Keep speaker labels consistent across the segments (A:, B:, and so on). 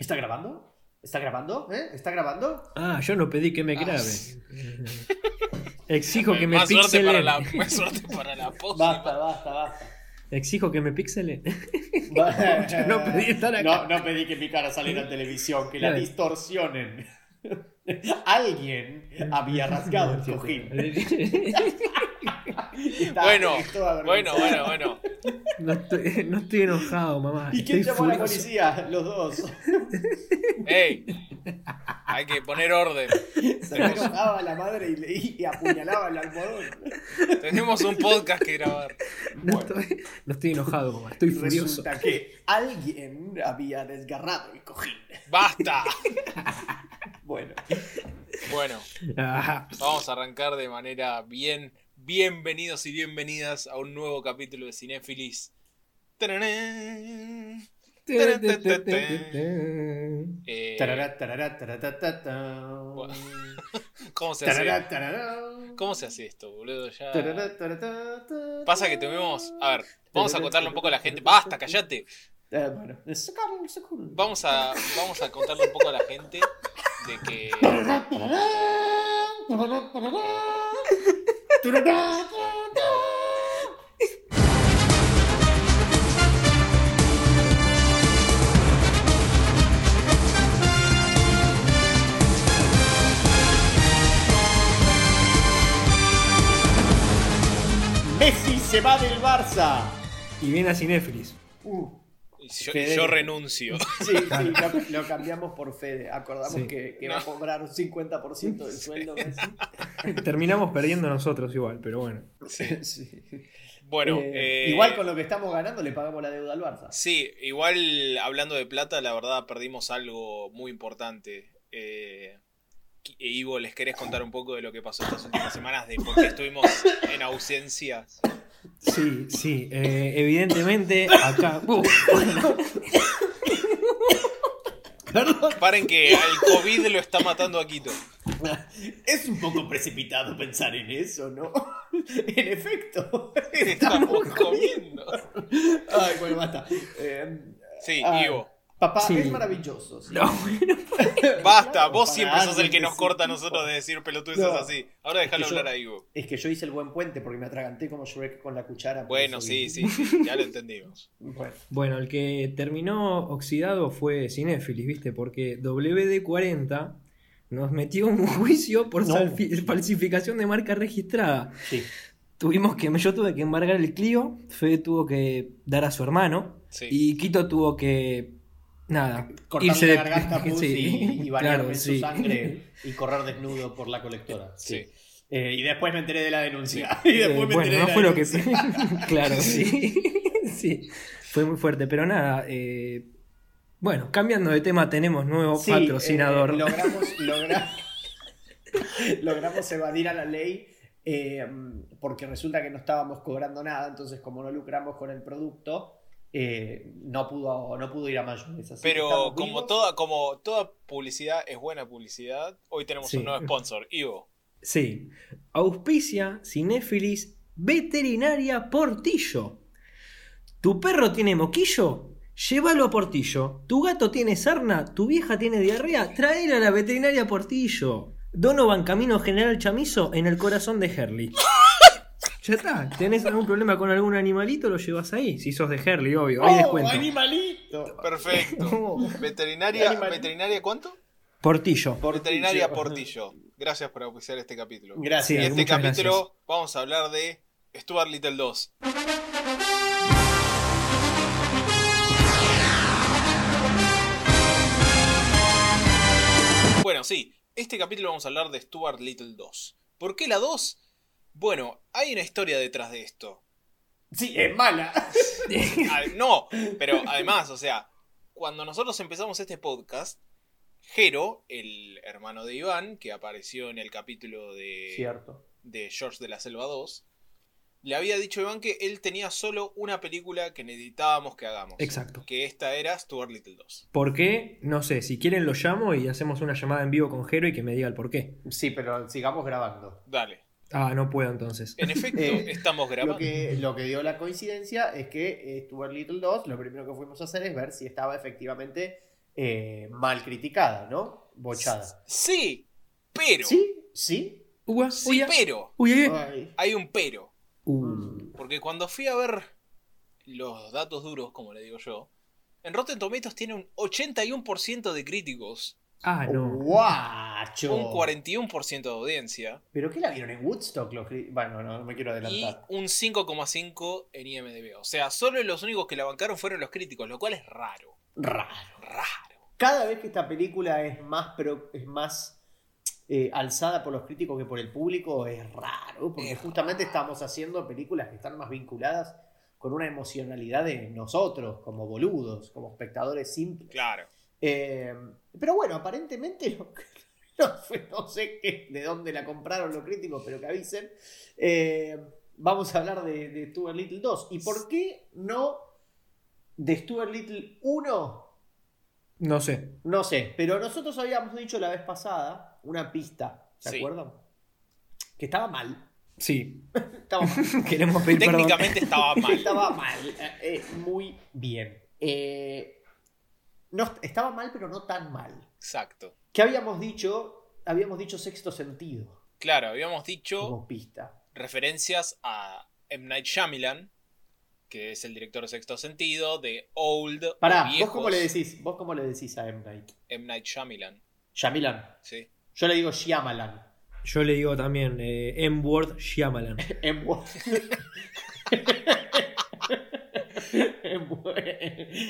A: ¿Está grabando? ¿Está grabando? ¿Eh? ¿Está grabando?
B: Ah, yo no pedí que me
C: Ah,
B: grabe.
C: sí.
B: Exijo que me
C: más, suerte para
B: pixelen.
C: la, más suerte para la próxima.
A: Basta, basta, basta.
B: Exijo que me pixelen.
A: Va-
B: Yo no pedí estar acá.
A: No, no pedí que mi cara saliera en televisión, que la
B: Claro.
A: distorsionen. Alguien había rasgado el cojín. Estaba
C: Bueno,
A: todo avergonzado.
C: Bueno, bueno, bueno.
B: No estoy, no estoy enojado, mamá.
A: ¿Y quién
B: estoy
A: llamó a la
B: furioso.
A: policía? Los dos.
C: Ey, hay que poner orden.
A: Se me enojaba la madre y, le, y apuñalaba el almohadón.
C: Tenemos un podcast que grabar.
B: No, estoy, no estoy enojado, mamá. Estoy furioso.
A: Resulta que alguien había desgarrado el cojín.
C: ¡Basta!
A: Bueno,
C: Bueno,
B: Ah,
C: vamos a arrancar de manera bien. Bienvenidos y bienvenidas a un nuevo capítulo de Cinéfilis. ¡Tararán! Eh,
A: Tarará, tarará, tarará, tarará.
C: Bueno, ¿cómo, se hace,
A: Tarará, tarará.
C: ¿Cómo se hace esto, boludo? Ya...
A: Tarará, tarará, tarará.
C: Pasa que tuvimos. A ver, vamos a contarle un poco a la gente. ¡Basta, callate!
A: Eh, bueno, es cool, es cool.
C: Vamos a, vamos a contarle un poco a la gente de que.
A: Tarará, tarará, tarará, tarará. Tarará, tarará. Messi se va del Barça.
B: Y viene a Cinéfilis.
A: Uh.
C: Yo,
A: Fede.
C: yo renuncio.
A: Sí, sí, lo, lo cambiamos por Fede. Acordamos
B: Sí.
A: que, que
C: No.
A: va a cobrar un 50% del sueldo. Messi.
B: Terminamos perdiendo nosotros igual, pero bueno.
A: Sí.
C: Bueno,
A: Eh,
C: eh,
A: Igual con lo que estamos ganando le pagamos la deuda al Barça.
C: Sí, igual hablando de plata, la verdad perdimos algo muy importante. Eh, Ki- e Ivo, ¿les querés contar un poco de lo que pasó estas últimas semanas? De por qué estuvimos en ausencia.
B: Sí, sí. eh, evidentemente, acá. Uh,
A: Perdón.
C: Paren que al COVID lo está matando a Quito.
A: Es un poco precipitado pensar en eso, ¿no? En efecto.
C: Estamos comiendo.
A: Ay, bueno, basta. Eh,
C: Sí,
A: Ah.
C: Ivo.
A: papá,
B: Sí.
A: es maravilloso. sí.
B: no, bueno,
C: Basta,
A: Claro, pues,
C: vos
A: para
C: siempre sos el
A: alguien
C: que nos
A: sí,
C: corta a
A: tipo.
C: nosotros de decir pelotudeces
A: No.
C: así. Ahora déjalo
A: Es que yo-
C: hablar a Ivo.
A: Es que yo hice el buen puente porque me atraganté como Shrek con la cuchara. pues, por
C: Bueno,
A: eso
C: sí,
A: vi.
C: sí, sí, ya lo entendimos.
A: Bueno.
B: Bueno, el que terminó oxidado fue Cinéfilis, ¿viste? Porque WD40 nos metió un juicio por
A: No.
B: salfi- falsificación de marca registrada.
A: Sí.
B: Tuvimos que, yo tuve que embargar el Clio, Fede tuvo que dar a su hermano
C: Sí.
B: y Quito tuvo que, nada,
A: Cortarle
B: irse
A: la
B: de-
A: garganta a Pussy
B: Sí,
A: y, y bañarme
B: claro,
A: en su
B: sí.
A: sangre y correr desnudo por la colectora. Sí.
C: Sí.
A: Eh, y después me enteré de la denuncia. Y
B: Eh,
A: después me
B: bueno,
A: enteré
B: no
A: de la
B: fue lo que...
A: denuncia.
B: claro, sí. sí. Fue muy fuerte, pero nada, eh, bueno, cambiando de tema, tenemos nuevo
A: Sí,
B: patrocinador.
A: eh, logramos, logra- logramos evadir a la ley eh, porque resulta que no estábamos cobrando nada, entonces como no lucramos con el producto, eh, no, pudo, no pudo ir a mayores. así que
C: Pero
A: estamos
C: como
A: vivos.
C: toda, como toda publicidad es buena publicidad, hoy tenemos
B: Sí.
C: un nuevo sponsor, Ivo.
B: Sí. Auspicia Cinéfilis Veterinaria Portillo. Tu perro tiene moquillo, llévalo a Portillo. Tu gato tiene sarna, tu vieja tiene diarrea, traer a la veterinaria Portillo. Donovan Camino General Chamizo en el corazón de Herley. Ya está, tenés algún problema con algún animalito, lo llevas ahí. Si sos de Herley, obvio, hay
A: ¡Oh,
B: descuento.
A: animalito!
C: Perfecto.
B: Oh.
C: Veterinaria,
A: Animal.
C: veterinaria ¿cuánto?
B: Portillo.
C: Veterinaria Portillo. Gracias por auspiciar este capítulo. Y
A: Gracias.
B: Sí.
C: este
B: muchas
C: capítulo
B: gracias.
C: vamos a hablar de Stuart Little 2. Bueno, sí, este capítulo vamos a hablar de Stuart Little 2. ¿Por qué la 2? Bueno, hay una historia detrás de esto.
A: Sí, es mala.
C: Ah, No, pero además, o sea, cuando nosotros empezamos este podcast, Jero, el hermano de Iván, que apareció en el capítulo de,
A: Cierto.
C: de George de la Selva 2, le había dicho a Iván que él tenía solo una película que necesitábamos que hagamos.
B: Exacto.
C: Que esta era Stuart Little 2.
B: ¿Por qué? No sé, si quieren lo llamo y hacemos una llamada en vivo con Jero y que me diga el por qué.
A: Sí, pero sigamos grabando.
C: Dale.
B: Ah, no puedo entonces.
C: En efecto,
A: Eh,
C: estamos grabando.
A: Lo que, lo que dio la coincidencia es que eh, Stuart Little 2, lo primero que fuimos a hacer es ver si estaba efectivamente eh, mal criticada, ¿no? Bochada.
C: Sí, pero.
A: ¿Sí? ¿Sí?
B: Uy, eh. Uh.
C: Sí, pero.
A: Ay.
C: Hay un pero.
A: Mm.
C: Porque cuando fui a ver los datos duros, como le digo yo, en Rotten Tomatoes tiene un 81% de críticos,
B: Ah, no.
A: ¡Guacho!
C: un 41% de audiencia
A: ¿Pero qué la vieron en Woodstock? Los... cri- Bueno, no, no me quiero
C: y
A: adelantar.
C: un 5,5 en IMDb. O sea, solo los únicos que la bancaron fueron los críticos, lo cual es raro.
A: Raro.
C: Raro.
A: Cada vez que esta película es más, pro- es más eh, alzada por los críticos que por el público, es raro, porque
C: Es
A: justamente estamos haciendo películas que están más vinculadas con una emocionalidad de nosotros, como boludos, como espectadores simples.
C: Claro.
A: Eh, pero bueno, aparentemente no, no fue- no sé qué- de dónde la compraron los críticos, pero que avisen. Eh, vamos a hablar de, de Stuart Little 2. ¿Y por qué no de Stuart Little 1?
B: No sé.
A: No sé, pero nosotros habíamos dicho la vez pasada una pista, ¿se
C: Sí.
A: acuerdan? Que estaba mal.
B: Sí.
A: Estaba mal.
B: Queremos pedir perdón.
C: Técnicamente estaba mal.
A: Estaba mal. eh, eh, muy bien. Eh, no, estaba mal, pero no tan mal.
C: Exacto.
A: ¿Qué habíamos dicho? Habíamos dicho sexto sentido
C: Claro, habíamos dicho
A: como pista.
C: referencias a M. Night Shyamalan, que es el director de Sexto Sentido, de Old. o
A: Pará, ¿vos
C: Viejos,
A: cómo le decís? ¿Vos cómo le decís a M. Night?
C: M. Night Shyamalan,
A: Shyamalan.
C: sí.
A: Yo le digo Shyamalan.
B: Yo le digo también eh, M-Word Shyamalan.
A: M. M-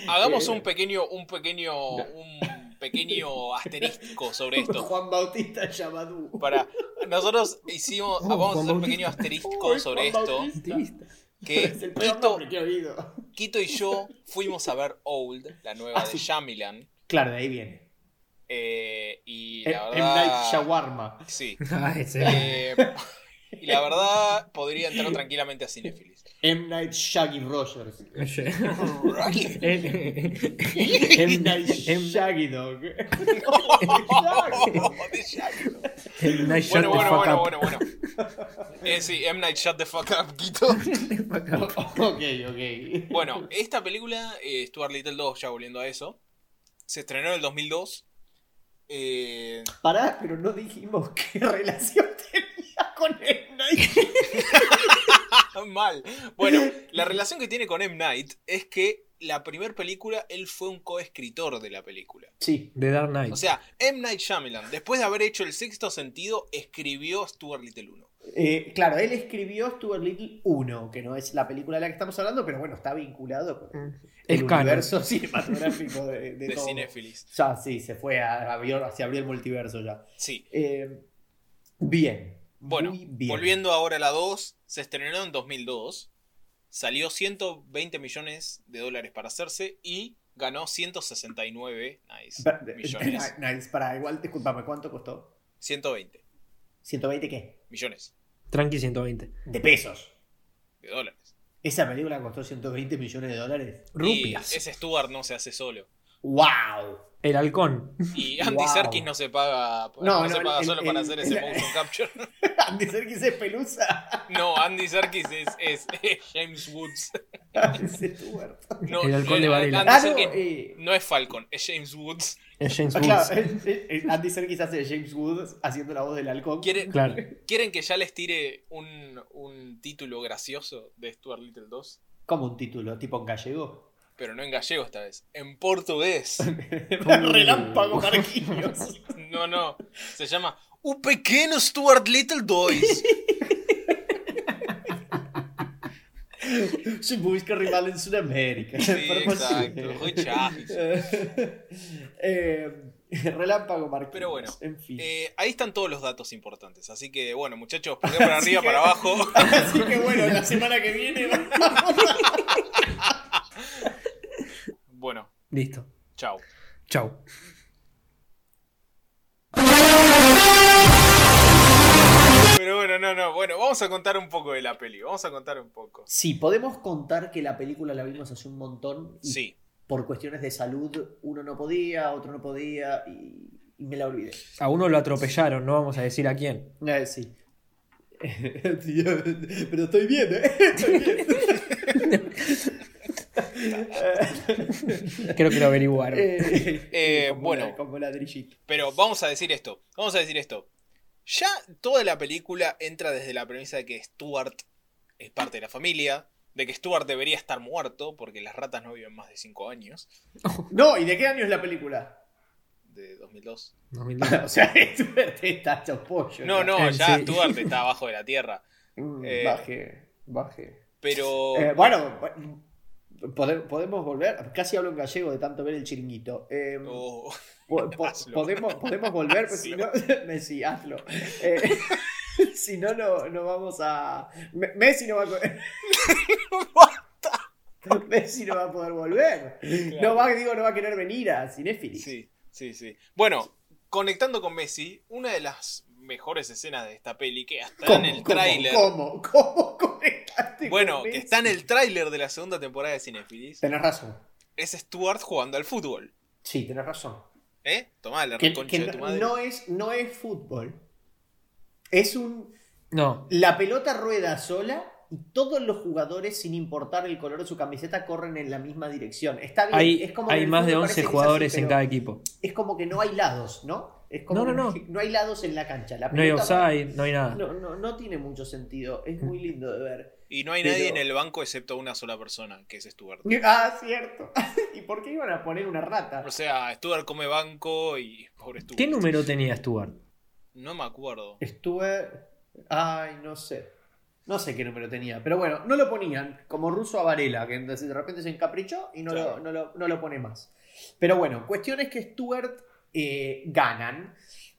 C: Hagamos
A: Eh,
C: un pequeño, un pequeño, un pequeño asterisco sobre esto.
A: Juan Bautista Yamadú.
C: Para, nosotros hicimos,
B: Oh,
C: vamos a
B: Juan
C: hacer un
B: Bautista.
C: pequeño asterisco
A: Uy,
C: sobre
A: Juan
C: esto,
A: Bautista.
C: que
A: Es el peor
C: Quito,
A: nombre que he oído.
C: Quito y yo fuimos a ver Old, la nueva
A: Ah,
C: de
A: sí.
C: Shyamalan,
A: Claro, de ahí viene.
C: eh, y
A: M.
C: la
A: M. Night
C: verdad,
A: Shawarma.
C: sí,
B: Ah, ese.
C: eh, y la verdad podría entrar tranquilamente a Cinefilis.
A: M. Night Shaggy Rogers.
B: Oye.
C: Ryan.
B: M-
A: M. Night
B: M-
A: Shaggy Dog.
C: De Jack.
B: M. Night Shut the
C: bueno, bueno,
B: fuck
C: bueno,
B: up.
C: bueno, bueno. Eh, sí, M. Night Shut the Fuck Up, Quito.
B: Fuck up.
A: ok, ok.
C: Bueno, esta película, eh, Stuart Little 2, ya volviendo a eso, se estrenó en el 2002. Eh,
A: Pará, pero no dijimos qué relación tenía con M. Night.
C: mal. Bueno, la relación que tiene con M. Night es que la primera película, él fue un coescritor de la película.
A: Sí.
B: The Dark Knight.
C: O sea, M. Night Shyamalan, después de haber hecho El Sexto Sentido, escribió Stuart Little 1.
A: Eh, claro, él escribió Stuart Little 1, que no es la película de la que estamos hablando, pero bueno, está vinculado con el
B: Es canon.
A: universo cinematográfico de, de
C: De
A: todo.
C: Cinefilis.
A: Ya, sí, se fue, a, abrió- se abrió el multiverso ya.
C: Sí.
A: Eh, bien.
C: Bueno,
A: muy bien.
C: Volviendo ahora a la 2, se estrenó en 2002, salió 120 millones de dólares para hacerse y ganó 169 nice,
A: Pa-
C: millones.
A: Nice, nice, pará, igual, discúlpame, ¿cuánto costó?
C: 120
A: ¿120 qué?
C: millones
B: Tranqui 120.
A: De pesos.
C: de dólares.
A: Esa película costó 120 millones de dólares.
C: Y
B: Rupias.
C: ese Stuart no se hace solo.
A: ¡Wow!
B: El halcón.
C: Y Andy
A: Wow.
C: Serkis no se paga, no,
A: No,
C: se
A: no,
C: paga
A: el-
C: solo para
A: el-
C: hacer ese
A: el-
C: motion capture.
A: Andy Serkis es pelusa.
C: No, Andy Serkis es, es- es James Woods.
A: Es Stuart.
C: No,
B: El halcón de
C: eh,
B: Varela.
A: Ah,
C: Andy
A: no,
C: Serkis
A: eh,
C: no es Falcon, es James Woods.
B: Es James Woods.
A: claro, eh, eh, Andy Serkis hace de James Woods haciendo la voz del halcón.
C: ¿Quiere,
B: Claro.
C: ¿Quieren que ya les tire un, un título gracioso de Stuart Little 2?
A: Como un título, tipo en gallego.
C: Pero no en gallego esta vez, en portugués.
A: Relámpago Marquinhos.
C: No, no, se llama Un pequeño Stuart Little 2.
A: Se busca rival en Sudamérica. pues
C: Sí,
A: Por
C: exacto,
A: posible.
C: muy chafis.
A: Eh, relámpago Marquinhos.
C: Pero bueno,
A: en fin.
C: Eh, ahí están todos los datos importantes, así que bueno muchachos, pulgar para
A: Así
C: arriba,
A: que-
C: para abajo.
A: Así que bueno, la semana que viene
C: Bueno,
B: Listo.
C: chao.
B: Chau.
C: Pero bueno, no, no, bueno, vamos a contar un poco de la peli, vamos a contar un poco.
A: Sí, podemos contar que la película la vimos hace un montón. y
C: Sí,
A: Por cuestiones de salud, uno no podía, otro no podía y, y me la olvidé.
B: A uno lo atropellaron, no vamos a decir a quién.
A: Eh, sí. Pero estoy bien, ¿eh? Estoy bien.
B: Creo que lo averiguaron.
A: Eh,
C: Eh,
A: como
C: bueno.
A: la- como ladrillito.
C: Pero vamos a decir esto, vamos a decir esto. Ya toda la película entra desde la premisa de que Stuart es parte de la familia, de que Stuart debería estar muerto, porque las ratas no viven más de 5 años,
A: No, ¿y de qué año es la película?
C: de 2002.
B: 2002.
A: O sea, Stuart está hecho pollo.
C: No, no,
B: Eh,
C: ya
B: sí.
C: Stuart está abajo de la tierra.
A: Mm,
C: Eh,
A: baje, baje.
C: Pero
A: Eh, bueno, po- pode- podemos volver. Casi hablo en gallego de tanto ver el chiringuito. Eh,
C: oh,
A: po- po-
C: hazlo.
A: podemos, podemos volver, pues si no, Messi, hazlo. Eh, si no, no, no vamos a. Me- Messi no va a. co- Messi no va a poder volver. No va, digo, no va a querer venir a Cinefilis.
C: sí, sí, sí. Bueno, conectando con Messi, una de las mejores escenas de esta peli que hasta
A: ¿Cómo,
C: en el
A: cómo,
C: tráiler.
A: ¿Cómo? ¿Cómo conectaste?
C: Bueno,
A: con
C: que
A: Messi?
C: está en el tráiler de la segunda temporada de Cinefilis,
A: Tenés razón.
C: es Stuart jugando al fútbol.
A: Sí, tenés razón.
C: ¿Eh? Tomá la
A: Que,
C: reconcha
A: que
C: de tu
A: no,
C: madre.
A: no es, no es fútbol. Es un.
B: No,
A: La pelota rueda sola y todos los jugadores, sin importar el color de su camiseta, corren en la misma dirección. Está bien.
B: hay,
A: es como en
B: hay
A: el
B: más de
A: fútbol parece
B: 11
A: que es así,
B: jugadores en
A: pero
B: cada equipo.
A: Es como que no hay lados, ¿no? Es como
B: No, no,
A: que no hay lados en la cancha. La
B: No hay
A: pelota-
B: offside, no hay nada.
A: No, no, no tiene mucho sentido. Es muy lindo de ver.
C: Y no hay
A: Pero-
C: nadie en el banco excepto una sola persona, que es Stuart.
A: Ah, cierto. ¿Y por qué iban a poner una rata?
C: O sea, Stuart come banco y pobre Stuart.
B: ¿Qué número tenía Stuart?
C: No me acuerdo.
A: Estuve. Ay, no sé. No sé qué número tenía. Pero bueno, no lo ponían. Como ruso a Varela, que de repente se encaprichó y no,
C: Claro.
A: lo, no, lo, no lo pone más. Pero bueno, cuestión es que Stuart eh, ganan.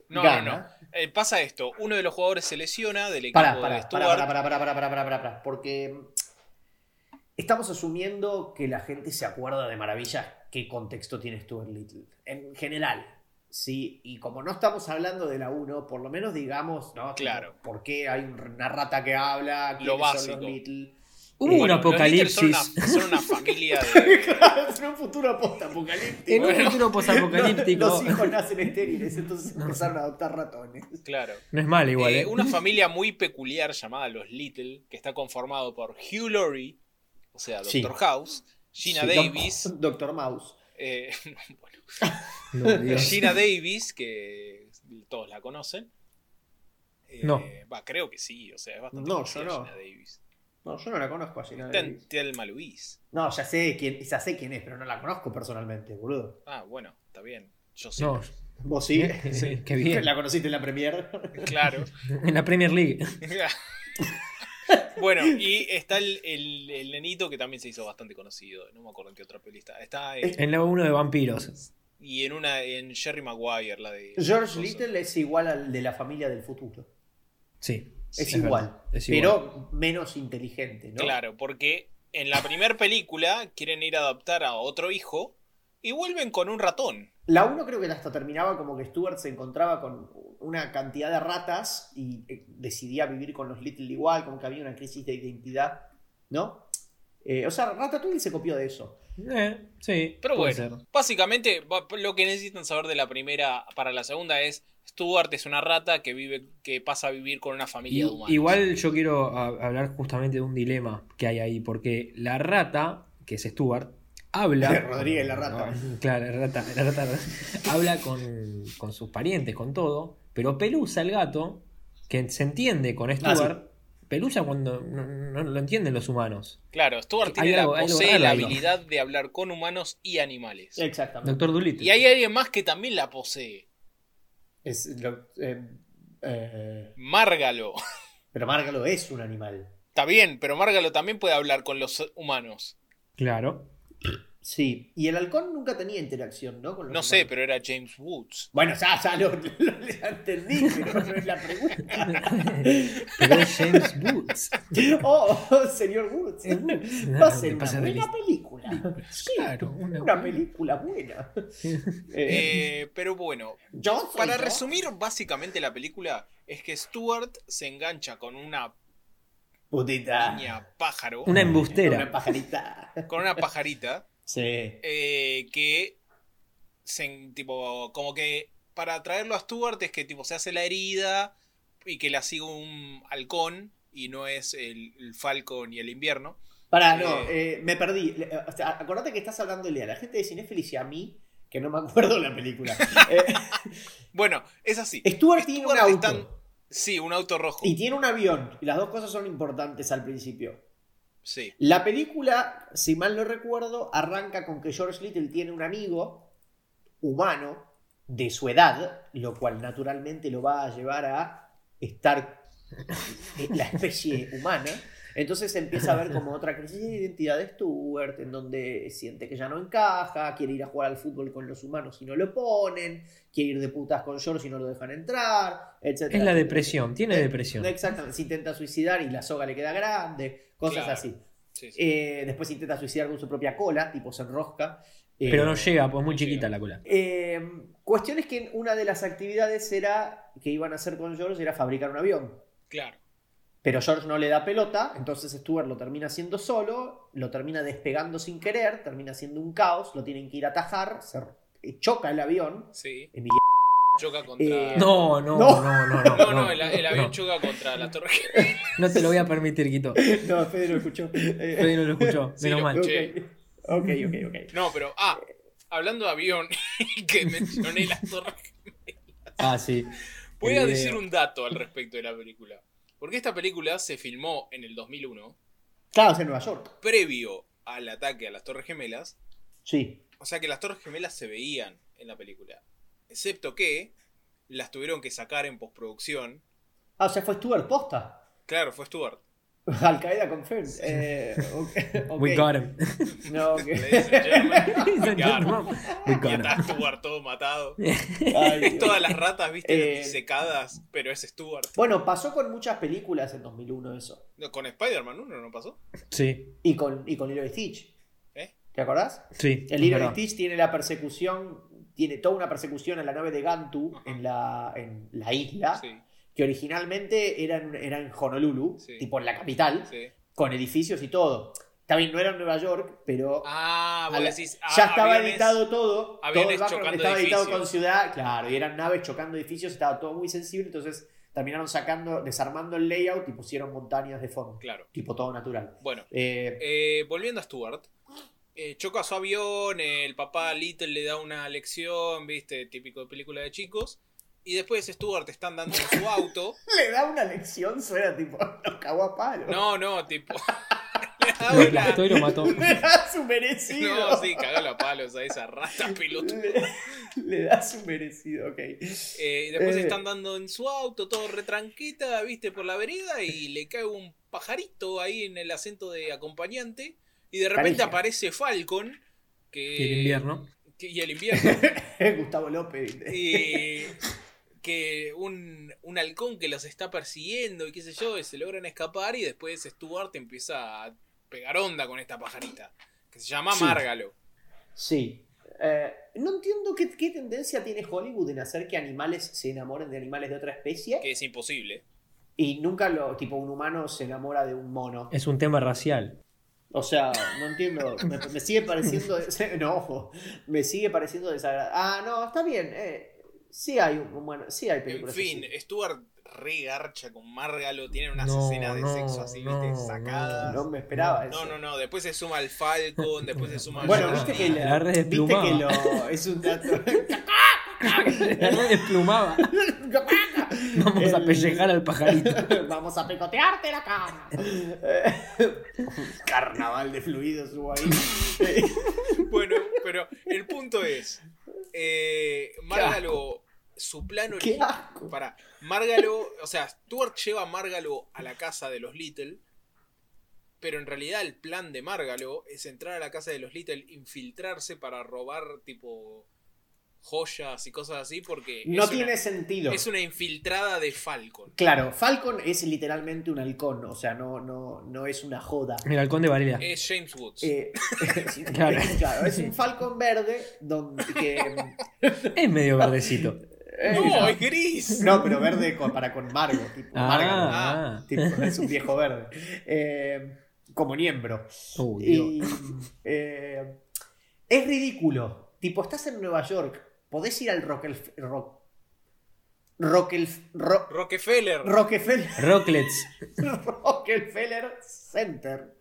C: No,
A: gana.
C: no, no. Eh, pasa esto, uno de los jugadores se lesiona del equipo
A: Pará,
C: de
A: pará,
C: Stuart.
A: pará, pará, pará, pará, pará, pará, pará, pará, porque mm, estamos asumiendo que la gente se acuerda de maravilla qué contexto tiene Stuart Little, en general, ¿sí? Y como no estamos hablando de la 1, por lo menos digamos, ¿no?
C: Claro.
A: ¿Por qué hay una rata que habla?
C: Lo
A: ¿Quiénes son los
C: básico.
A: Little?
B: Hubo un
C: Bueno, los Lakers Son
B: apocalipsis.
C: una, son una familia de...
A: Claro, es un futuro post-apocalíptico.
B: En un
A: Bueno,
B: futuro posapocalíptico.
A: Los hijos nacen estériles, entonces empezaron a adoptar ratones.
C: Claro.
B: No es mal igual,
C: Eh,
B: ¿eh?
C: Una familia muy peculiar llamada los Little, que está conformado por Hugh Laurie, o sea, Doctor
A: Sí.
C: House, Gina
A: Sí, doc-
C: Davis,
A: Doctor Mouse.
C: eh,
B: No, Dios.
C: Gina Davis, que todos la conocen. Eh,
B: No.
C: Va, creo que sí, o sea, es bastante
A: No,
C: conocida
A: yo no.
C: Gina Davis.
A: No, yo no la conozco así.
C: Está en Thelma Louise.
A: No, ya sé quién, ya sé quién es, pero no la conozco personalmente, boludo.
C: Ah, bueno, está bien. Yo sí.
B: No,
A: ¿Vos sí?
B: sí, qué bien.
A: ¿La conociste en la premier?
C: Claro.
B: En la Premier League.
C: bueno, y está el, el- el nenito que también se hizo bastante conocido. No me acuerdo en qué otra peli está. Está
A: Este-
C: en-
B: En la 1 de vampiros.
C: y en una en Jerry Maguire, la de.
A: George
C: cosa.
A: Little es igual al de la familia del futuro.
B: Sí.
A: Es,
B: es
A: igual,
B: verdad, es igual.
A: Pero menos inteligente, ¿no?
C: Claro, porque en la primera película quieren ir a adoptar a otro hijo y vuelven con un ratón.
A: La 1 creo que hasta terminaba como que Stuart se encontraba con una cantidad de ratas y eh, decidía vivir con los Little igual, como que había una crisis de identidad, ¿no? Eh, o sea, Ratatouille se copió de eso.
B: Eh, sí.
C: Pero
B: puede
C: bueno,
B: ser.
C: básicamente va- lo que necesitan saber de la primera para la segunda es Stuart es una rata que vive que pasa a vivir con una familia
B: Y-
C: de humanos.
B: igual yo quiero a- hablar justamente de un dilema que hay ahí, porque la rata, que es Stuart, habla.
A: Rodríguez, la rata.
B: No, claro, la rata, la rata habla con, con sus parientes, con todo. Pero Pelusa, el gato, que se entiende
A: Ah,
B: con Stuart, Pelusa cuando no, no lo entienden los humanos.
C: Claro, Stuart
B: Hay
C: tiene la,
B: algo- hay algo
C: posee
B: raro
C: la
B: ahí, ¿no?
C: habilidad de hablar con humanos y animales.
A: Exactamente.
B: Doctor Dolittle.
C: Y hay alguien más que también la posee.
A: Es lo- eh, eh,
C: Márgalo.
A: pero Márgalo es un animal.
C: Está bien, pero Márgalo también puede hablar con los humanos.
B: Claro.
A: Sí, y el halcón nunca tenía interacción, ¿no? Con los
C: No sé,
A: humanos.
C: pero era James Woods.
A: Bueno, ya, ya lo, lo- lo entendí, pero no es la pregunta.
B: Pero es James Woods.
A: Oh, señor Woods. Va a ser una buena película. Sí,
B: Claro, una-
A: una película buena. Eh,
C: Eh, pero bueno,
A: yo soy
C: Para
A: yo.
C: resumir básicamente la película, es que Stuart se engancha con una
A: Putita.
C: niña pájaro,
B: Una embustera.
A: Ah. Una pajarita.
C: con una pajarita,
A: Sí.
C: eh, que se, en- tipo, como que para traerlo a Stuart es que tipo se hace la herida y que la sigue un halcón y no es el, el falcon y el invierno.
A: Pará, no,
C: Eh.
A: eh, me perdí. Le- eh, o sea, acordate que estás hablándole a la gente de Cinefilis y a mí, que no me acuerdo la película. Eh,
C: Bueno, es así.
A: Stuart tiene un
C: Stuart
A: auto
C: está en- Sí, un auto rojo.
A: y tiene un avión. Y las dos cosas son importantes al principio.
C: Sí.
A: La película, si mal no recuerdo, arranca con que George Little tiene un amigo humano de su edad, lo cual naturalmente lo va a llevar a estar en la especie humana. Entonces empieza a ver como otra crisis de identidad de Stuart, en donde siente que ya no encaja, quiere ir a jugar al fútbol con los humanos y no lo ponen, quiere ir de putas con George y no lo dejan entrar, etc.
B: Es la depresión, tiene
A: Eh,
B: depresión.
A: Exactamente, se intenta suicidar y la soga le queda grande, cosas
C: Claro.
A: así.
C: sí, sí.
A: Eh, después intenta suicidar con su propia cola, tipo se enrosca. Eh,
B: Pero no llega, pues muy
C: no
B: chiquita
C: llega.
B: la cola.
A: eh, cuestión es que una de las actividades era que iban a hacer con George era fabricar un avión.
C: Claro.
A: Pero George no le da pelota, entonces Stuart lo termina haciendo solo, lo termina despegando sin querer, termina siendo un caos, lo tienen que ir a atajar, se eh, choca el avión.
C: Sí.
A: Emiliano.
C: Choca contra.
A: Eh,
B: No, no,
A: No.
B: no, no, no. No,
C: no, no, el, el avión
B: No,
C: choca contra la torre.
B: no te lo voy a permitir, Quito.
A: No, Fede lo escuchó. Eh,
B: Freddy no lo escuchó,
C: Sí,
B: menos
C: lo
B: mal.
A: ok.
C: che.
A: ok, ok, ok.
C: No, pero. Ah, hablando de avión, que mencioné la torre.
B: Ah, sí.
C: Voy a
B: El
C: decir
B: video.
C: un dato al respecto de la película. Porque esta película se filmó en el 2001,
A: Claro, es en Nueva York.
C: previo al ataque a las Torres Gemelas.
A: Sí.
C: O sea que las Torres Gemelas se veían en la película. Excepto que las tuvieron que sacar en postproducción.
A: Ah, o sea, fue Stuart posta.
C: Claro, fue Stuart.
A: Al Qaeda confirmed. Eh, ok, ok.
B: We got him.
A: No, ok.
C: Ladies and gentlemen, claro.
B: We
C: Y
B: got him.
C: está Stuart todo matado.
A: Ay, Dios.
C: Es todas las ratas, viste,
A: Eh.
C: secadas, pero es Stuart.
A: Bueno, pasó con muchas películas en 2001 eso.
C: No, Con Spider-Man 1 no pasó.
B: Sí,
A: Y con, y con Lilo y Stitch.
C: ¿Eh?
A: ¿Te acordás?
B: sí.
A: El Lilo
B: es
A: y
B: verdad.
A: Stitch tiene la persecución, tiene toda una persecución en la nave de Gantu
C: Ajá.
A: en la, en la isla,
C: Sí,
A: que originalmente era en, era en Honolulu,
C: Sí.
A: tipo en la capital,
C: sí.
A: con edificios y todo. También no era en Nueva York, pero
C: Ah, vos
A: A la-
C: decís.
A: ya
C: ah,
A: estaba
C: aviones.
A: editado todo. Todo
C: aviones
A: el background
C: chocando
A: estaba editado
C: edificios.
A: con ciudad, claro, y eran naves chocando edificios, estaba todo muy sensible, entonces terminaron sacando, desarmando el layout y pusieron montañas de fondo,
C: Claro.
A: tipo todo natural.
C: Bueno,
A: Eh,
C: eh, volviendo a Stuart. eh, choca su avión, el papá Little le da una lección, viste, típico de película de chicos. Y después Stuart está andando en su auto.
A: Le da una lección, suena tipo, lo cagó a palo.
C: No, no, tipo. le da
B: Lo
C: una-
B: aplastó y lo mató.
A: Le da su merecido.
C: No, sí, cagalo a palos a esa rata pelotuda.
A: Le, le da su merecido, ok.
C: Eh, y después
A: Eh.
C: está andando en su auto, todo retranquita, viste, por la vereda, y le cae un pajarito ahí en el acento de acompañante. Y de repente
A: Caricia.
C: aparece Falcon. Que,
B: Y el invierno.
C: que- y el invierno.
A: Gustavo López.
C: y eh, que un, un halcón que los está persiguiendo y qué sé yo, y se logran escapar. Y después Stuart empieza a pegar onda con esta pajarita. Que se llama
A: Sí.
C: Márgalo.
A: Sí. Eh, no entiendo qué, qué tendencia tiene Hollywood en hacer que animales se enamoren de animales de otra especie.
C: Que es imposible.
A: Y nunca lo, tipo, un humano se enamora de un mono.
B: Es un tema racial.
A: O sea, no entiendo. Me, me sigue pareciendo. No, ojo. Me sigue pareciendo desagradable. Ah, no, está bien. eh, sí hay un bueno, sí hay
C: En
A: películas.
C: fin,
A: así.
C: Stuart regarcha con Márgalo, tienen unas
B: No,
C: escenas de
B: no,
C: sexo así,
B: no,
C: viste,
B: no.
C: sacadas.
A: no me esperaba
C: eh, No,
A: eso.
C: no, no, después se suma el Falcon, después se suma el
A: Bueno,
C: Jordi.
A: viste que la-
B: La red
A: Viste
B: desplumaba.
A: que lo. Es un dato.
B: La red desplumaba. Vamos a
A: El-
B: pellejar al pajarito.
A: Vamos a picotearte la cara. Carnaval de fluidos hubo ahí.
C: Bueno, pero el punto es, eh, Márgalo, su plano
A: Qué
C: original,
A: asco.
C: para Márgalo, o sea, Stuart lleva a Márgalo a la casa de los Little, pero en realidad el plan de Márgalo es entrar a la casa de los Little, infiltrarse para robar tipo joyas y cosas así, porque
A: No
C: es una-
A: tiene sentido.
C: Es una infiltrada de Falcon.
A: Claro, Falcon es literalmente un halcón, o sea, no, no, no es una joda.
B: El halcón de Varela.
C: Es James Woods.
A: Eh, sí,
B: Claro.
A: claro. es un Falcon verde donde que,
B: Es medio verdecito.
A: eh,
C: no, es gris.
A: no, pero verde con- para con Margo, tipo Margo,
B: Ah,
A: tipo, es un viejo verde. Eh, como miembro.
B: Uy, Dios.
A: Y, eh, es ridículo. Tipo, estás en Nueva York, podés ir al Rockefeller.
C: Rockefeller.
A: Rockefeller.
B: Rocklets.
A: Rockefeller Center.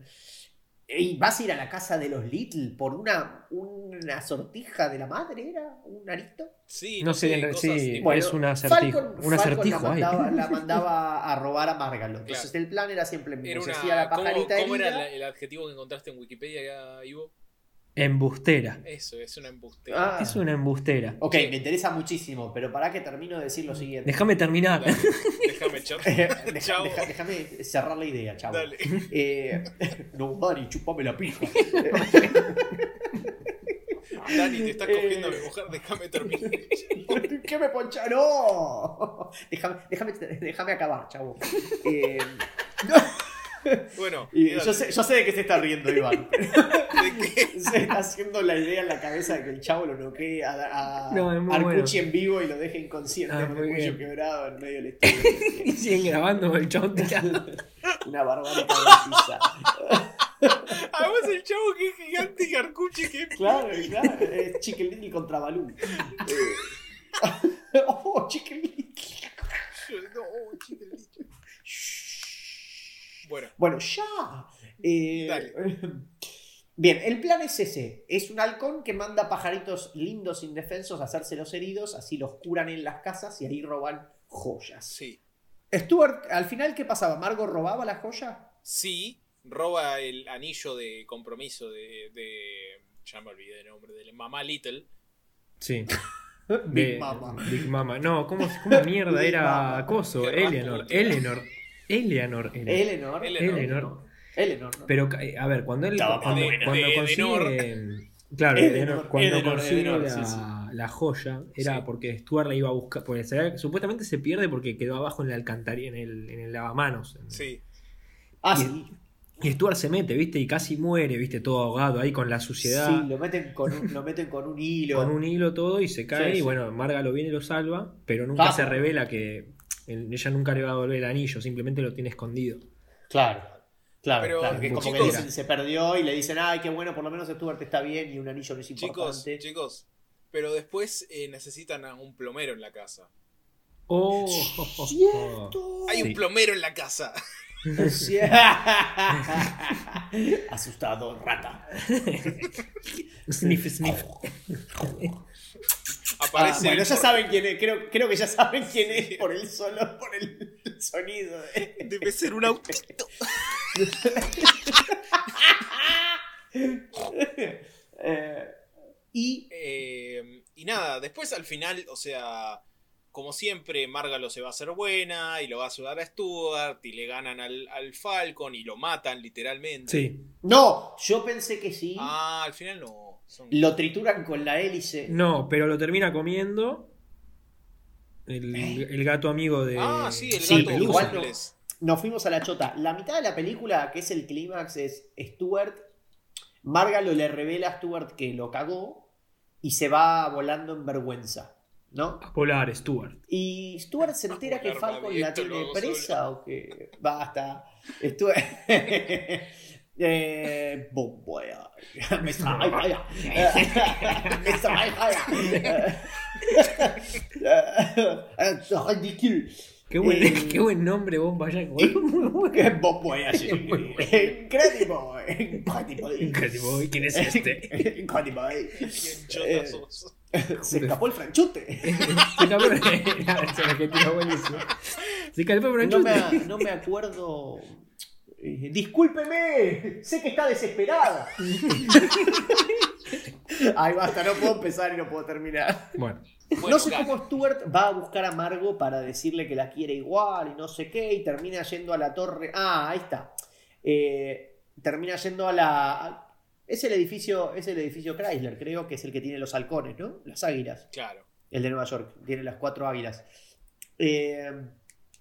A: Ey, ¿Vas a ir a la casa de los Little por una, una sortija de la madre? ¿Era un arito?
C: Sí,
B: No sé,
C: cosas
B: sí,
C: tipo-
A: Bueno,
B: es un acertijo.
A: Falcon,
B: un
A: Falcon
B: acertijo
A: la,
B: ahí.
A: mandaba, la mandaba a robar a Margalo. Entonces
C: Claro.
A: el plan era siempre el
C: Era
A: mismo. Se
C: una-
A: hacía la
C: ¿cómo-
A: pajarita
C: ¿Cómo, era
A: herida. Ah.
C: la- el adjetivo que encontraste en Wikipedia, Ivo?
B: Embustera.
C: Eso, es una embustera.
A: Ah.
B: Es una embustera.
A: Ok, me interesa muchísimo, pero para que termino de decir lo siguiente.
B: Déjame terminar.
C: Dale, Déjame chao.
A: Deja-
C: Chau.
A: deja- Déjame cerrar la idea, chavo.
C: Dale.
A: Eh, no, Dani, chupame la pija.
C: Dani, te estás cogiendo a mi
A: Eh.
C: mujer, déjame terminar.
A: ¿Qué me poncha? ¡No! Déjame, déjame, déjame acabar, chavo. Eh,
C: Bueno,
A: y
C: dale.
A: yo, sé, yo sé de qué se está riendo, Iván.
C: ¿De qué?
A: Se está haciendo la idea en la cabeza de que el chavo lo noquee a, a
B: No, es muy
A: Arcucci en vivo y lo deje inconsciente
B: Ah,
A: con
B: muy
A: el cuello
B: bien.
A: quebrado en medio del estudio.
B: y siguen grabando el chabón tirado.
A: Una barbaridad de pizza.
C: Además, Ah, el chavo que es gigante y Arcuche que es
A: Claro, claro. Es Chicken Little contra Balú. Eh. oh, Chicken Little.
C: No, chiste, el bicho. Bueno,
A: Bueno, ya. Eh,
C: Dale.
A: Bien, el plan es ese. Es un halcón que manda pajaritos lindos, indefensos, a hacerse los heridos, así los curan en las casas y ahí roban joyas.
C: sí.
A: Stuart, al final, ¿qué pasaba? ¿Margo robaba la joya?
C: Sí, roba el anillo de compromiso de. de ya me olvidé el nombre, de mamá Little.
B: Sí.
A: Big
B: de-
A: Mama.
B: Big Mama. No, ¿cómo, cómo mierda
A: Big
B: era
A: Mama.
B: acoso?
C: Qué
B: Eleanor.
C: raputa.
B: Eleanor. Eleanor. era.
A: Eleanor.
C: Eleanor.
B: Eleanor.
A: Eleanor, ¿no?
B: Pero, eh, a ver, cuando él.
A: Estaba
B: Cuando,
C: más buena.
B: cuando
C: De- de
B: consigue. Claro,
A: Edenor,
B: Edenor, cuando
A: Edenor,
B: consigue
A: Edenor,
B: la,
A: sí, sí.
B: la joya, era
C: Sí.
B: porque Stuart la iba a buscar. Porque se había- supuestamente se pierde porque quedó abajo en la alcantarilla, en el, en el lavamanos.
C: Sí,
A: Ah, sí.
B: Y Stuart se mete, ¿viste? Y casi muere, ¿viste? Todo ahogado ahí con la suciedad.
A: Sí, lo meten con un, lo meten con un hilo.
B: con un hilo todo y se cae.
A: Sí,
B: y
A: sí.
B: bueno, Marga lo viene y lo salva, pero nunca
A: Ah.
B: se revela que él- ella nunca le va a volver el anillo, simplemente lo tiene escondido.
A: Claro. Claro,
C: Pero,
A: claro.
B: como
A: Como que
B: chicos-
A: dicen, se perdió y le dicen, ay, qué bueno, por lo menos Stuart está bien y un anillo no es
C: chicos,
A: importante.
C: chicos. Pero después eh, necesitan a un plomero en la casa.
B: Oh,
A: ¡Cierto!
C: Hay
B: Sí.
C: un plomero en la casa.
A: Cier- Asustado, rata.
B: Sniff, sniff.
A: Ah,
C: Aparece.
A: bueno,
C: el-
A: ya saben quién es, creo, creo que ya saben quién es por el solo, por el sonido. eh.
C: Debe ser un autito.
A: Eh, y
C: Eh, y nada, después al final, o sea, como siempre, Margalo se va a hacer buena y lo va a ayudar a Stuart y le ganan al, al Falcon y lo matan literalmente.
B: Sí.
A: no, yo pensé que sí.
C: Ah, al final no. Son-
A: Lo trituran con la hélice.
B: No, pero lo termina comiendo el, el gato amigo de.
C: Ah, sí, el
A: Sí,
C: gato
A: pero
B: Pelusa.
A: igual no.
C: inglés.
A: Nos fuimos a la chota. La mitad de la película, que es el clímax, es Stuart. Margalo le revela a Stuart que lo cagó y se va volando en vergüenza. ¿No?
B: A Polar, Stuart.
A: Y Stuart se entera que
C: Polar
A: Falcon la
C: Barbietto,
A: tiene
C: luego
A: presa o que. Basta. Stuart. eh, bon voyage. Mr. High Fire.
B: Ah,
A: Mr. High Fire. Eh, eh, Ridicule.
B: Qué buen,
A: Eh.
B: qué buen nombre, vos vaya.
A: Qué bon voyage.
B: Bon
A: Incredible. Incredible.
B: Increíble, ¿quién es este?
A: Incredible.
C: Bien chota
A: Eh,
C: sos.
A: Se escapó el franchute.
B: Se escapó- Se la este que tiró, buenísimo. Se escapó por un
A: No me,
B: chute.
A: no me acuerdo. Eh, discúlpeme, sé que está desesperada. Ay, basta, no puedo empezar y no puedo terminar.
B: Bueno.
C: Bueno,
A: no sé
C: gana.
A: cómo Stuart va a buscar a Margo para decirle que la quiere igual y no sé qué, y termina yendo a la torre. Ah, ahí está. Eh, termina yendo a la. Es el edificio, es el edificio Chrysler, creo que es el que tiene los halcones, ¿no? Las águilas.
C: Claro.
A: El de Nueva York, tiene las cuatro águilas. Eh,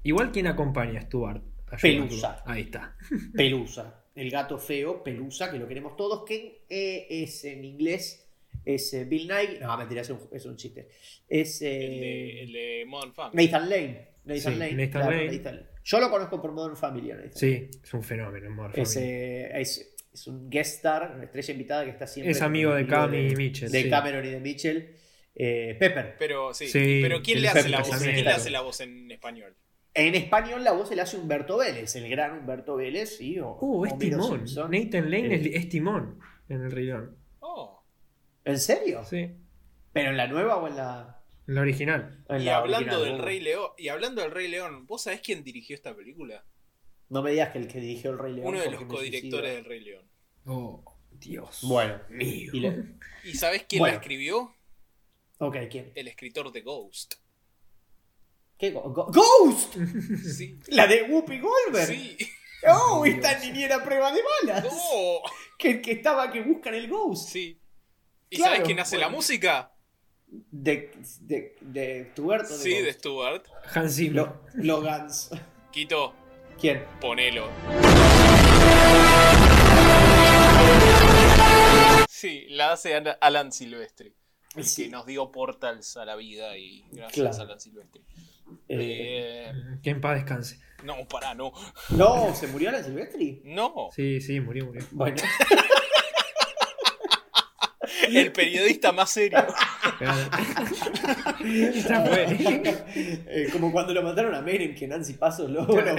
B: Igual quien acompaña a Stuart. Ayuda,
A: Pelusa.
B: Stuart. Ahí está.
A: Pelusa, el gato feo, Pelusa, que lo queremos todos, que eh, es en inglés, es eh, Bill Nye, no, mentira, es un, es un chiste, es eh,
C: El de, el de Modern Family.
A: Nathan Lane, Nathan
B: Sí,
A: Lane,
B: Nathan
A: claro,
B: Lane.
A: Nathan- yo lo conozco por Modern Family, a Nathan.
B: Sí, es un fenómeno, amor.
A: es,
B: familia.
A: eh, es, es un guest star, una estrella invitada que está siempre...
B: Es amigo de Cami y Mitchell.
A: de
B: sí.
A: Cameron y de Mitchell, Eh, Pepper,
C: Pero sí.
B: Sí,
C: Pero ¿quién
B: el
C: le hace
B: Pepe
C: la voz?
B: también,
C: ¿Quién le
B: claro.
C: hace la voz en español?
A: En español la voz se la hace Humberto Vélez, el gran Humberto Vélez, sí, o
B: Uh, es
A: Homero
B: Timón.
A: Simpson.
B: Nathan Lane es,
A: Eh.
B: es Timón en el Rilón.
C: Oh.
A: ¿En serio?
B: Sí.
A: ¿Pero en la nueva o en la.?
B: En La original.
A: en
C: Y
A: la
C: hablando
A: original?
C: del Rey León, y hablando del Rey León, ¿vos sabés quién dirigió esta película?
A: No me digas que el que dirigió el Rey León.
C: Uno de
A: porque
C: los
A: me
C: codirectores
A: suicido.
C: del Rey León.
B: Oh, Dios.
A: Bueno.
B: Mío.
A: Y le-
C: ¿Y sabés quién
A: Bueno.
C: la escribió?
A: Ok, ¿quién?
C: El escritor de Ghost.
A: ¿Qué? go- go- ¡Ghost!
C: Sí.
A: La de Whoopi Goldberg.
C: Sí.
A: ¡Oh! Esta niñera prueba de balas.
C: No.
A: Que, que estaba que buscan el Ghost.
C: Sí. ¿Y
A: Claro,
C: sabés quién hace la
A: bueno.
C: música?
A: De, de, de Tuberto.
C: Sí, de
A: Ghost.
C: Stuart.
B: Hans Zimmer.
A: Lo- los Guns.
C: Quito,
A: ¿Quién?
C: ponelo. Sí, la hace Ana- Alan Silvestri. El
A: Sí.
C: que nos dio portals a la vida y gracias
A: Claro.
C: a Alan Silvestri.
A: Eh,
C: Eh,
B: Que en paz descanse.
C: no, pará, no.
A: no, ¿se murió la Silvestri?
C: No.
B: Sí, sí, murió, murió.
A: Bueno.
C: El periodista más serio.
B: Claro. Ya fue.
A: Eh, como cuando lo mandaron a Menem, que Nancy Pasos lo. Bueno,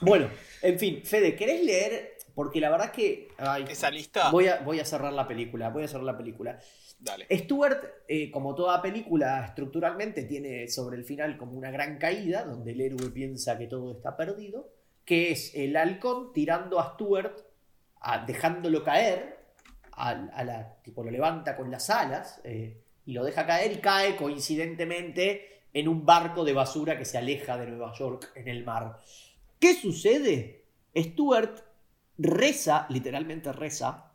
A: Bueno, en fin, Fede, ¿querés leer? Porque la verdad que. ay,
C: Esa lista.
A: voy, a, voy a cerrar la película. Voy a cerrar la película.
C: Dale.
A: Stuart, eh, como toda película, estructuralmente tiene sobre el final como una gran caída, donde el héroe piensa que todo está perdido, que es el halcón tirando a Stuart, a- dejándolo caer, a, a la, tipo lo levanta con las alas eh, y lo deja caer y cae coincidentemente en un barco de basura que se aleja de Nueva York en el mar. ¿Qué sucede? Stuart reza, literalmente reza,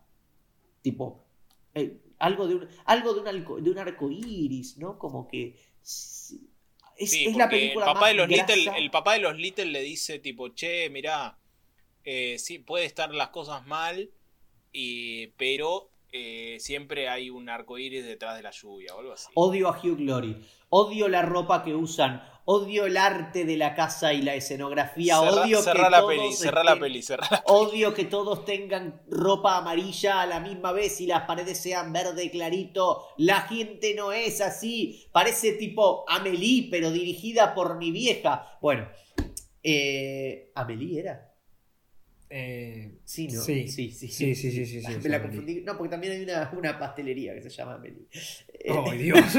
A: tipo, eh, algo de un, algo de un, alco- de un arco iris, ¿no? Como que. s- Es,
C: Sí,
A: es la
C: porque el
A: película
C: papá,
A: más
C: de los Little,
A: grasa.
C: el papá de los Little le dice tipo, che, mirá, eh, sí, puede estar las cosas mal, y, pero eh, siempre hay un arco iris detrás de la lluvia o algo así.
A: Odio a Hugh Glory. Odio la ropa que usan. Odio el arte de la casa y la escenografía.
C: Cerra-
A: odio
C: cerrá
A: que
C: la
A: todos
C: peli, cerrá la
A: estén-
C: peli, cerrá la-
A: Odio que todos tengan ropa amarilla a la misma vez y las paredes sean verde clarito. La gente no es así. Parece tipo Amelie, pero dirigida por mi vieja. Bueno, eh, ¿Amelie era?
B: Eh,
A: Sí, ¿no?
B: Sí.
A: sí, sí.
B: sí, sí, sí, sí. sí,
A: Me
B: sí,
A: la
B: morí.
A: confundí. No, porque también hay una, una pastelería que se llama Amelie. Eh,
B: ¡Ay, Oh, Dios!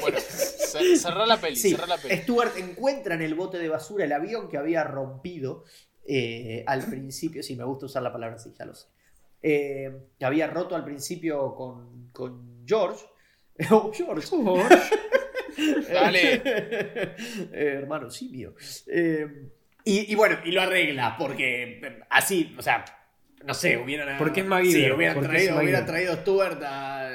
C: Bueno, cer- cerrá la peli,
A: Sí,
C: cerrá la peli.
A: Stuart encuentra en el bote de basura el avión que había rompido eh, al principio. Sí, me gusta usar la palabra así, ya lo sé. Eh, que había roto al principio con, con George. Oh, George.
C: Dale.
A: Eh, hermano simio. Eh, y, y bueno, y lo arregla, porque eh, así, o sea, no sé, hubieran.
B: Porque es MacGyver,
A: Sí, hubieran
B: porque es
A: traído, hubieran
B: MacGyver.
A: traído a Stuart a.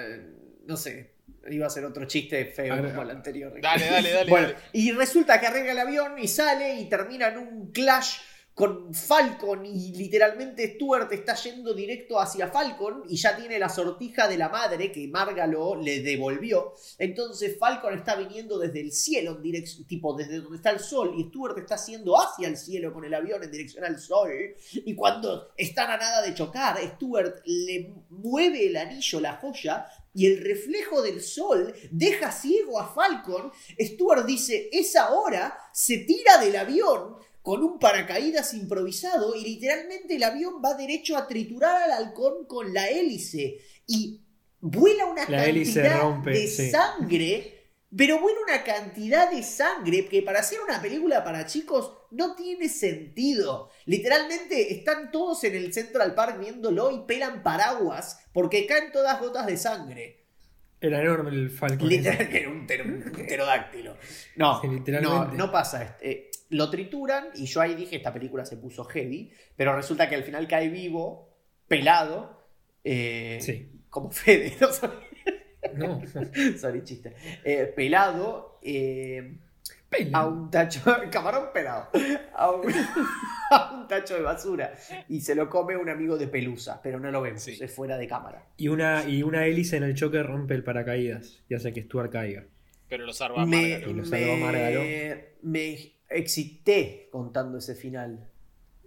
A: No sé, iba a ser otro chiste feo
B: Arre-
A: como el anterior.
C: Dale, dale, dale.
A: Bueno,
C: dale.
A: y resulta que arregla el avión y sale y termina en un clash con Falcon y literalmente Stuart está yendo directo hacia Falcon y ya tiene la sortija de la madre que Margalo le devolvió. Entonces Falcon está viniendo desde el cielo, en direc- tipo desde donde está el sol, y Stuart está haciendo hacia el cielo con el avión en dirección al sol. Y cuando están a nada de chocar, Stuart le mueve el anillo, la joya, y el reflejo del sol deja ciego a Falcon. Stuart dice, es ahora, se tira del avión con un paracaídas improvisado y literalmente el avión va derecho a triturar al halcón con la hélice y vuela una
B: La hélice
A: cantidad
B: rompe,
A: de
B: sí.
A: sangre, pero vuela una cantidad de sangre que para hacer una película para chicos no tiene sentido. Literalmente están todos en el Central Park viéndolo y pelan paraguas porque caen todas gotas de sangre.
B: Era enorme el Falcon.
A: Literal, era un, pter- un pterodáctilo. No,
B: Sí,
A: no,
B: literalmente.
A: no pasa. este, eh, lo trituran y yo ahí dije, esta película se puso heavy, pero resulta que al final cae vivo, pelado, eh,
B: Sí.
A: como Fede, no sorry,
B: No.
A: sorry, chiste, Eh, pelado eh, a un tacho, camarón pelado, a un, a un tacho de basura y se lo come un amigo de pelusa, pero no lo vemos,
C: Sí.
A: es fuera de cámara.
B: Y una, y una hélice en el choque rompe el paracaídas y hace que Stuart caiga.
C: Pero lo salva
A: me,
C: Margaret.
B: lo salvó Margalo.
A: me- me excité contando ese final.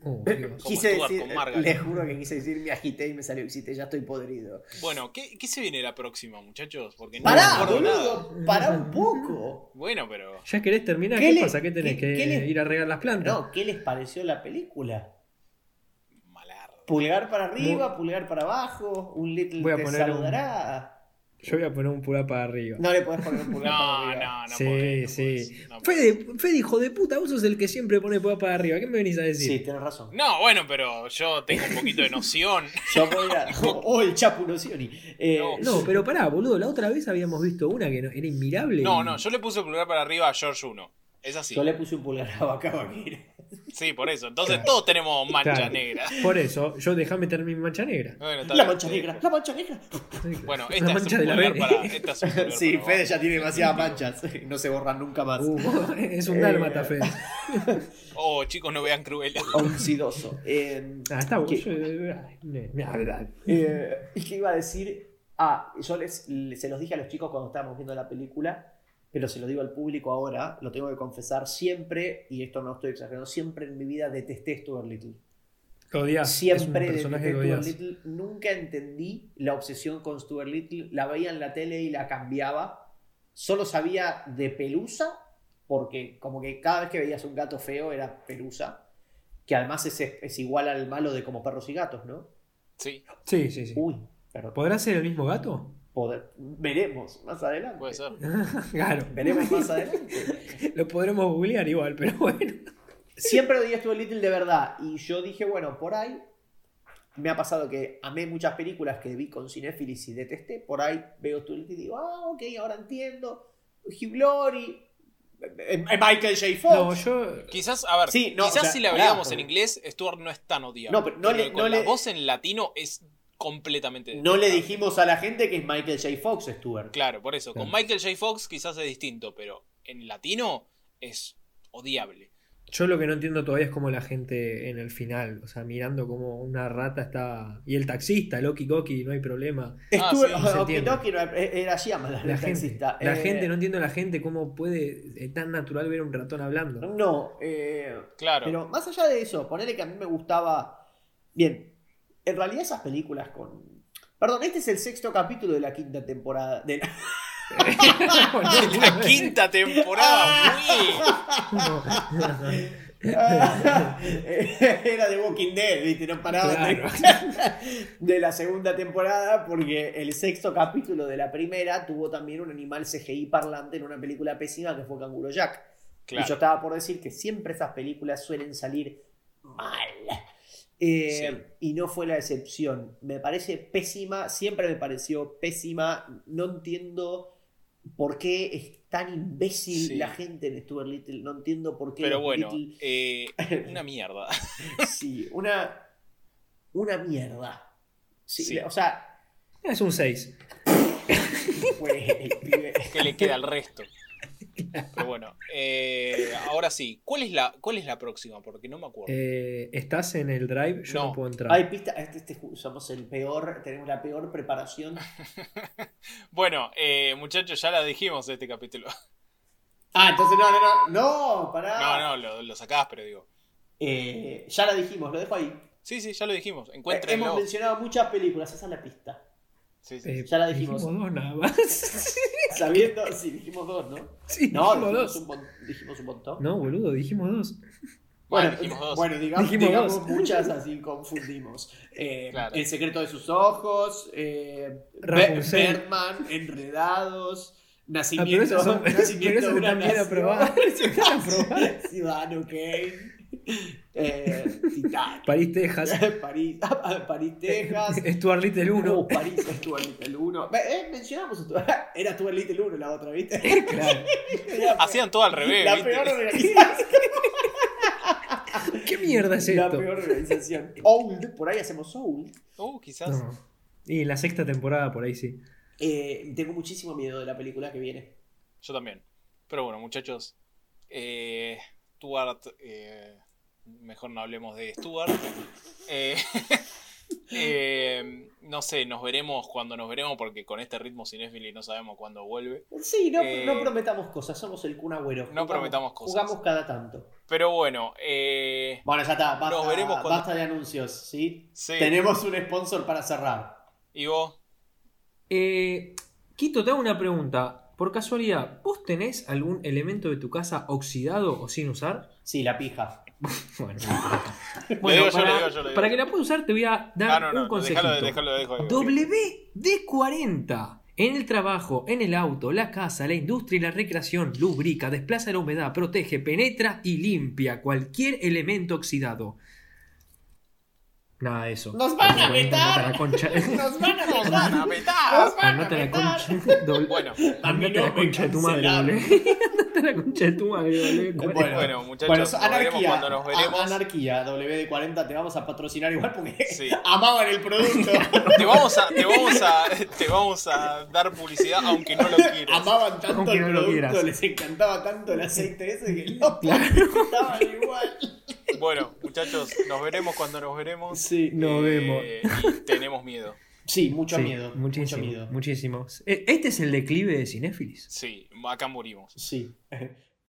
B: Uh, Dios.
A: Quise
C: Stuart
A: decir,
C: con Margaret.
A: les juro que quise decir, me agité y me salió existe, ya estoy podrido.
C: Bueno, ¿qué, qué se viene la próxima, muchachos? Porque no me
A: Pará,
C: acuerdo nada.
A: boludo, pará un poco.
C: Bueno, pero.
B: ¿Ya querés terminar?
A: ¿Qué
B: ¿Qué,
A: le-
B: pasa? ¿Qué tenés
A: qué-
B: que
A: qué le-
B: ir a regar las plantas?
A: No, ¿qué les pareció la película?
C: Malardo.
A: Pulgar para arriba, pulgar para abajo, un little
B: Voy a
A: te
B: poner un-
A: saludará.
B: Yo voy a poner un pulgar para arriba.
A: No le podés poner un pulgar para
C: No,
A: arriba.
C: no, no.
B: sí,
C: podés, no
B: sí.
C: podés, no podés.
B: Fede, Fede, hijo de puta, vos sos el que siempre pone pulgar para arriba. ¿Qué me venís a decir?
A: Sí, tenés razón.
C: No, bueno, pero yo tengo un poquito de noción.
A: Yo voy a... Oh, el Chapu Nocioni. Eh,
C: No.
B: No, pero pará, boludo, la otra vez habíamos visto una que no- era inmirable.
C: No,
B: y-
C: no, yo le puse el pulgar para arriba a George 1. Es así.
A: Yo le puse un pulgar a Vaca Vaquera.
C: Sí, por eso. Entonces
B: Claro.
C: todos tenemos mancha
B: Claro.
C: negra.
B: Por eso, yo dejame tener mi mancha negra.
C: Bueno, está
A: La
C: bien,
A: mancha
C: sí.
A: negra, la mancha negra.
C: Bueno,
B: la
C: esta es,
B: mancha
C: un
B: de la
C: pulgar
B: verga.
C: para, esta es un pulgar
A: Sí,
C: para
A: Fede
C: abajo.
A: ya tiene demasiadas manchas. No se borran nunca más.
B: Uh, es un
A: Eh.
B: dálmata, Fede.
C: Oh, chicos, no vean Cruella.
A: Oxidoso. Eh,
B: Ah, está bueno.
A: ¿Qué?
B: yo- ay, me- me hablan.
A: Eh, ¿Y qué iba a decir? Ah, yo les, les- se los dije a los chicos cuando estábamos viendo la película, pero se lo digo al público ahora, lo tengo que confesar siempre, y esto no estoy exagerando, siempre en mi vida detesté Stuart Little.
B: Lo odias. Ah, es un
A: Siempre
B: personaje
A: detesté
B: que
A: Stuart
B: odias.
A: Little, nunca entendí la obsesión con Stuart Little, la veía en la tele y la cambiaba, solo sabía de Pelusa, porque como que cada vez que veías un gato feo era Pelusa, que además es, es igual al malo de como perros y gatos, ¿no?
C: Sí,
B: Sí, sí, sí.
A: Uy, perdón.
B: Uh, ¿Podrá ser el mismo gato?
A: poder. Veremos más adelante.
C: puede ser.
B: claro.
A: Veremos más adelante.
B: Lo podremos googlear igual, pero bueno.
A: Siempre odié Stuart Little de verdad. Y yo dije, bueno, por ahí. Me ha pasado que amé muchas películas que vi con cinéfilis y detesté. Por ahí veo Stuart Little y digo, ah, ok, ahora entiendo. Hugh Glory. eh, eh, Michael J.
B: No,
A: Fox.
B: yo.
C: Quizás, a ver,
A: Sí, no,
C: quizás
A: o sea,
C: si la
A: pará,
C: veíamos en
A: pero-
C: inglés, Stuart no es tan odiado.
A: No, pero no le-
C: con
A: no
C: la
A: le-
C: voz en latino es completamente
A: No le
C: distinta.
A: dijimos a la gente que es Michael J. Fox, Stuart.
C: Claro, por eso. Con
B: Claro.
C: Michael J. Fox quizás es distinto, pero en latino es odiable.
B: Yo lo que no entiendo todavía es cómo la gente en el final, o sea, mirando como una rata está. Y el taxista, Loki Coqui, no hay problema.
C: Ah,
A: Stuart,
C: sí,
A: ok,
B: se entiende.
A: no, que no, era Shyamalan,
B: La
A: el
B: gente,
A: taxista.
B: la
A: Eh,
B: gente, no entiendo la gente cómo puede. Es tan natural ver a un ratón hablando.
A: No, eh,
C: Claro.
A: Pero más allá de eso, ponerle que a mí me gustaba. Bien, en realidad esas películas con. Perdón, este es el sexto capítulo de la quinta temporada. de la-
C: La quinta temporada,
A: Ah.
C: muy.
A: Era de Walking Dead, ¿viste? No paraban
B: Claro.
A: de... de la segunda temporada, porque el sexto capítulo de la primera tuvo también un animal CGI parlante en una película pésima que fue Canguro Jack. Y yo
C: Claro.
A: estaba por decir que siempre esas películas suelen salir mal. Eh, Y no fue la excepción. Me parece pésima, siempre me pareció pésima. No entiendo por qué es tan imbécil
C: Sí.
A: la gente en Stuart Little. No entiendo por qué.
C: Pero
A: los
C: bueno,
A: Little-
C: eh, una mierda.
A: sí, una, una mierda. Sí,
C: Sí.
A: O sea,
B: Es un 6.
A: fue el pibe.
C: que le queda al resto. Pero bueno, eh, ahora sí, ¿cuál es, la, ¿cuál es la próxima? Porque no me acuerdo.
A: Eh.
B: Eh, estás en el drive, yo no,
C: No.
B: puedo entrar.
A: Ay, pista, este, este- somos el peor, tenemos la peor preparación.
C: Bueno, eh, muchachos, ya la dijimos este capítulo.
A: Ah, entonces no, no, no, no, pará.
C: No, no, lo, lo sacás, pero digo.
A: Eh, ya la dijimos, lo dejo ahí.
C: Sí, sí, ya lo dijimos.
A: Eh, hemos
C: Encuéntrenlo.
A: mencionado muchas películas, esa es la pista.
C: Sí, sí.
B: Eh,
A: ya la dijimos.
B: dos nada más.
A: Sabiendo, sí, dijimos dos, ¿no?
B: Sí,
A: No,
B: dijimos
A: dijimos
B: dos.
A: un, mon- dijimos un montón.
B: No, boludo, dijimos dos. Ah,
C: Bueno, dijimos dos.
A: bueno, digamos,
B: Dijimos
A: digamos
B: dos.
A: muchas así confundimos. Eh,
C: Claro.
A: El secreto de sus ojos, eh,
B: Rapunzel.
A: Be- Birdman, Enredados,
B: Ah, pero
A: Nacimiento,
B: esas son. Pero
A: nacimiento
B: esas
A: de una
B: están bien
A: nación,
B: aprobadas. esas están aprobadas.
A: Ciudadano Kane, eh, Titán,
B: París, Texas.
A: París, París, Texas,
B: Stuart Little 1.
A: Uh, París es Stuart Little 1. Eh, mencionamos Stuart- Era Stuart Little 1 la otra, ¿viste?
B: Claro.
A: Era la
C: Hacían todo al revés,
A: peor
C: ¿viste?
A: organización.
B: ¿Qué mierda es
A: La
B: esto?
A: peor organización. Old, por ahí hacemos Old.
C: Uh, quizás.
B: No. Y en la sexta temporada, por ahí sí.
A: Eh, tengo muchísimo miedo de la película que viene.
C: Yo también. Pero bueno, muchachos. Eh, Stuart. eh, mejor no hablemos de Stuart. Eh, Eh, no sé, nos veremos cuando nos veremos, porque con este ritmo cinéfilo no sabemos cuándo vuelve.
A: Sí, no,
C: Eh,
A: no prometamos cosas, somos el Kun Agüero.
C: no
A: Jugamos-
C: prometamos cosas.
A: Jugamos cada tanto.
C: Pero bueno, eh,
A: Bueno, ya está, basta,
C: Nos veremos cuando-
A: basta de anuncios, ¿sí?
C: sí.
A: Tenemos un sponsor para cerrar.
C: ¿Y vos?
B: Eh, Quito, te hago una pregunta. Por casualidad, ¿vos tenés algún elemento de tu casa oxidado o sin usar?
A: Sí, la pija.
B: Bueno,
C: Lo digo
B: Bueno,
C: yo,
B: para,
C: lo digo yo, lo digo
B: para
C: yo.
B: que la puedas usar te voy a dar
C: Ah, no,
B: un
C: no,
B: consejito.
C: déjalo, déjalo, déjalo, déjalo.
B: WD40. En el trabajo, en el auto, la casa, la industria y la recreación, lubrica, desplaza la humedad, protege, penetra y limpia cualquier elemento oxidado. Nada de eso.
A: ¡Nos van a
B: Bueno,
A: vetar!
B: anota la concha.
A: ¡Nos van a
C: ¡Nos van a petar!
B: Anota la concha. doble-
C: Bueno,
B: Andate a la concha de tu madre,
A: cancelaron.
B: boludo. Andate a la concha de tu madre, boludo.
A: Bueno,
C: bueno, muchachos,
A: Bueno,
C: nos veremos
A: anarquía. Ah,
C: cuando nos veremos.
A: a- Anarquía, WD40, te vamos a patrocinar igual porque
C: Sí.
A: amaban el producto.
C: Te vamos, a, te, vamos a, te vamos a dar publicidad aunque no lo quieras.
A: amaban tanto
B: Aunque
A: el
B: no lo
A: producto,
B: quieras.
A: les encantaba tanto el aceite ese que no estaban igual.
C: Bueno, muchachos, nos veremos cuando nos veremos.
A: Sí,
B: Nos vemos.
C: Eh, y tenemos miedo.
A: sí mucho
B: Sí,
A: miedo. Mucho
B: Muchísimo, E,
A: miedo.
B: muchísimo. Eh, Este es el declive de Cinéfilis.
C: Sí, acá morimos.
A: Sí.